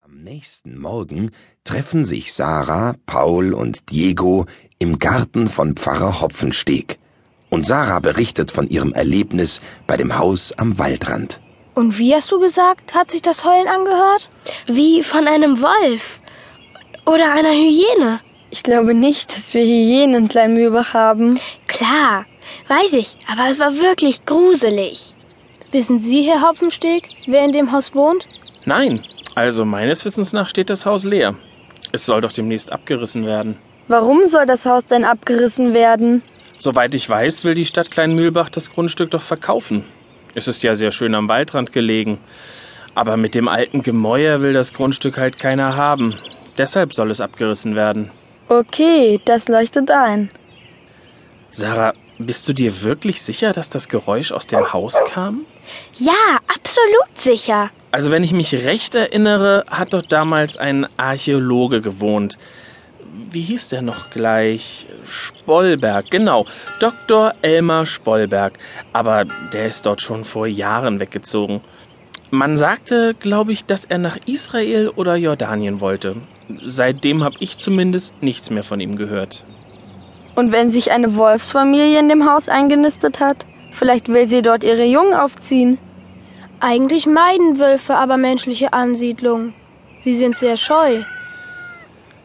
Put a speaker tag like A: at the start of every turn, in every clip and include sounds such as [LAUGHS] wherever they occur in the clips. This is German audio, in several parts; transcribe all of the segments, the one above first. A: Am nächsten Morgen treffen sich Sarah, Paul und Diego im Garten von Pfarrer Hopfensteg. Und Sarah berichtet von ihrem Erlebnis bei dem Haus am Waldrand.
B: Und wie hast du gesagt, hat sich das Heulen angehört?
C: Wie von einem Wolf oder einer Hyäne.
D: Ich glaube nicht, dass wir Hyänen Kleinmühlbach haben.
C: Klar, weiß ich, aber es war wirklich gruselig.
B: Wissen Sie, Herr Hopfensteg, wer in dem Haus wohnt?
E: Nein, also meines Wissens nach steht das Haus leer. Es soll doch demnächst abgerissen werden.
D: Warum soll das Haus denn abgerissen werden?
E: Soweit ich weiß, will die Stadt Kleinmühlbach das Grundstück doch verkaufen. Es ist ja sehr schön am Waldrand gelegen. Aber mit dem alten Gemäuer will das Grundstück halt keiner haben. Deshalb soll es abgerissen werden.
D: Okay, das leuchtet ein.
E: Sarah, bist du dir wirklich sicher, dass das Geräusch aus dem Haus kam?
C: Ja, absolut sicher.
E: Also wenn ich mich recht erinnere, hat dort damals ein Archäologe gewohnt. Wie hieß der noch gleich? Spollberg, genau. Dr. Elmar Spollberg. Aber der ist dort schon vor Jahren weggezogen. Man sagte, glaube ich, dass er nach Israel oder Jordanien wollte. Seitdem habe ich zumindest nichts mehr von ihm gehört.
D: Und wenn sich eine Wolfsfamilie in dem Haus eingenistet hat, vielleicht will sie dort ihre Jungen aufziehen.
B: Eigentlich meiden Wölfe aber menschliche Ansiedlungen. Sie sind sehr scheu.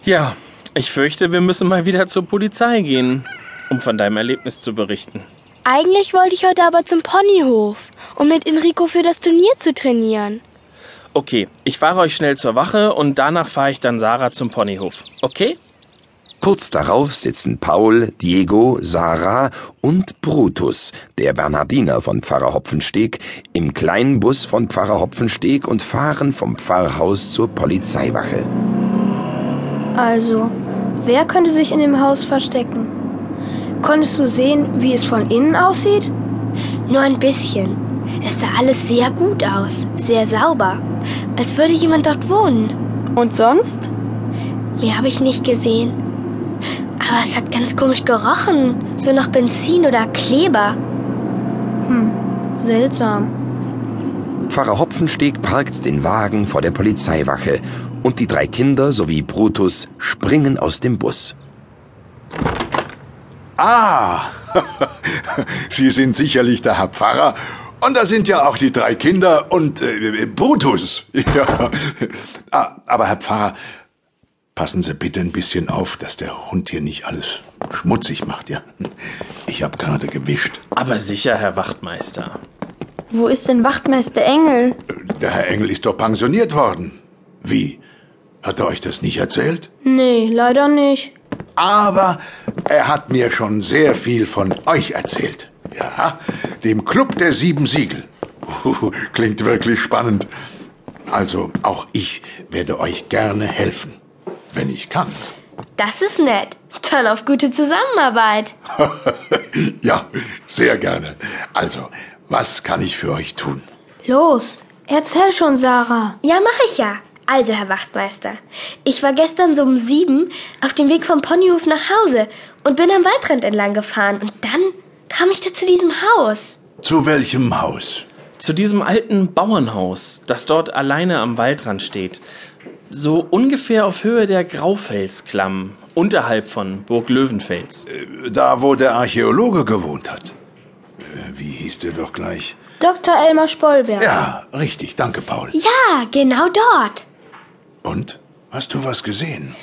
E: Ja, ich fürchte, wir müssen mal wieder zur Polizei gehen, um von deinem Erlebnis zu berichten.
C: Eigentlich wollte ich heute aber zum Ponyhof, um mit Enrico für das Turnier zu trainieren.
E: Okay, ich fahre euch schnell zur Wache und danach fahre ich dann Sarah zum Ponyhof. Okay?
A: Kurz darauf sitzen Paul, Diego, Sarah und Brutus, der Bernhardiner von Pfarrer Hopfensteg, im kleinen Bus von Pfarrer Hopfensteg und fahren vom Pfarrhaus zur Polizeiwache.
B: Also, wer könnte sich in dem Haus verstecken? Konntest du sehen, wie es von innen aussieht?
C: Nur ein bisschen. Es sah alles sehr gut aus, sehr sauber, als würde jemand dort wohnen.
D: Und sonst?
C: Mehr habe ich nicht gesehen. Aber es hat ganz komisch gerochen, so nach Benzin oder Kleber.
B: Hm, seltsam.
A: Pfarrer Hopfensteg parkt den Wagen vor der Polizeiwache und die drei Kinder sowie Brutus springen aus dem Bus.
F: Ah, [LAUGHS] Sie sind sicherlich der Herr Pfarrer. Und da sind ja auch die drei Kinder und äh, Brutus. [LAUGHS] Ja. Ah, aber Herr Pfarrer, passen Sie bitte ein bisschen auf, dass der Hund hier nicht alles schmutzig macht, ja? Ich habe gerade gewischt.
E: Aber sicher, Herr Wachtmeister.
D: Wo ist denn Wachtmeister Engel?
F: Der Herr Engel ist doch pensioniert worden. Wie? Hat er euch das nicht erzählt?
B: Nee, leider nicht.
F: Aber er hat mir schon sehr viel von euch erzählt. Ja, dem Club der Sieben Siegel. Klingt wirklich spannend. Also auch ich werde euch gerne helfen, wenn ich kann.
C: Das ist nett. Dann auf gute Zusammenarbeit.
F: ja, sehr gerne. Also, was kann ich für euch tun?
B: Los, erzähl schon, Sarah.
C: Ja, mache ich ja. Also, Herr Wachtmeister, ich war gestern so um sieben auf dem Weg vom Ponyhof nach Hause und bin am Waldrand entlang gefahren und dann kam ich da zu diesem Haus.
F: Zu welchem Haus?
E: Zu diesem alten Bauernhaus, das dort alleine am Waldrand steht. So ungefähr auf Höhe der Graufelsklamm, unterhalb von Burg Löwenfels.
F: Da, wo der Archäologe gewohnt hat. Äh, Wie hieß der doch gleich?
B: Dr. Elmar Spollberg.
F: Ja, richtig, danke, Paul.
C: Ja, genau dort.
F: Und? Hast du was gesehen?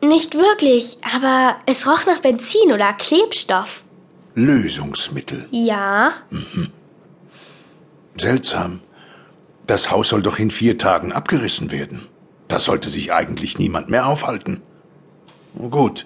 C: Nicht wirklich, aber es roch nach Benzin oder Klebstoff.
F: Lösungsmittel.
C: Ja.
F: Mhm. Seltsam. Das Haus soll doch in vier Tagen abgerissen werden. Da sollte sich eigentlich niemand mehr aufhalten. Gut.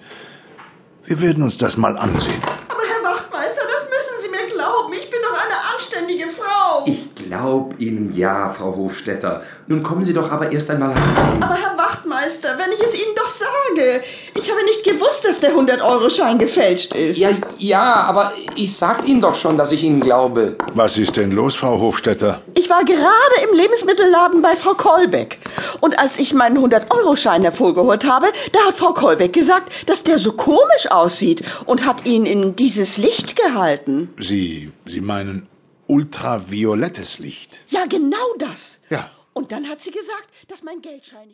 F: Wir werden uns das mal ansehen.
G: Aber Herr Wachtmeister, das müssen Sie mir glauben. Ich bin doch eine anständige Frau.
H: Ich glaub Ihnen ja, Frau Hofstetter. Nun kommen Sie doch aber erst einmal herein.
G: Aber Herr Wachtmeister, wenn ich es Ihnen doch sage. Ich habe nicht gewusst, dass der 100-Euro-Schein gefälscht ist.
H: Ja, ja, aber ich sag Ihnen doch schon, dass ich Ihnen glaube.
F: Was ist denn los, Frau Hofstetter?
G: Ich war gerade im Lebensmittelladen bei Frau Kolbeck. Und als ich meinen 100-Euro-Schein hervorgeholt habe, da hat Frau Kolbeck gesagt, dass der so komisch aussieht und hat ihn in dieses Licht gehalten.
F: Sie, Sie meinen ultraviolettes Licht?
G: Ja, genau das.
F: Ja.
G: Und dann hat sie gesagt, dass mein Geldschein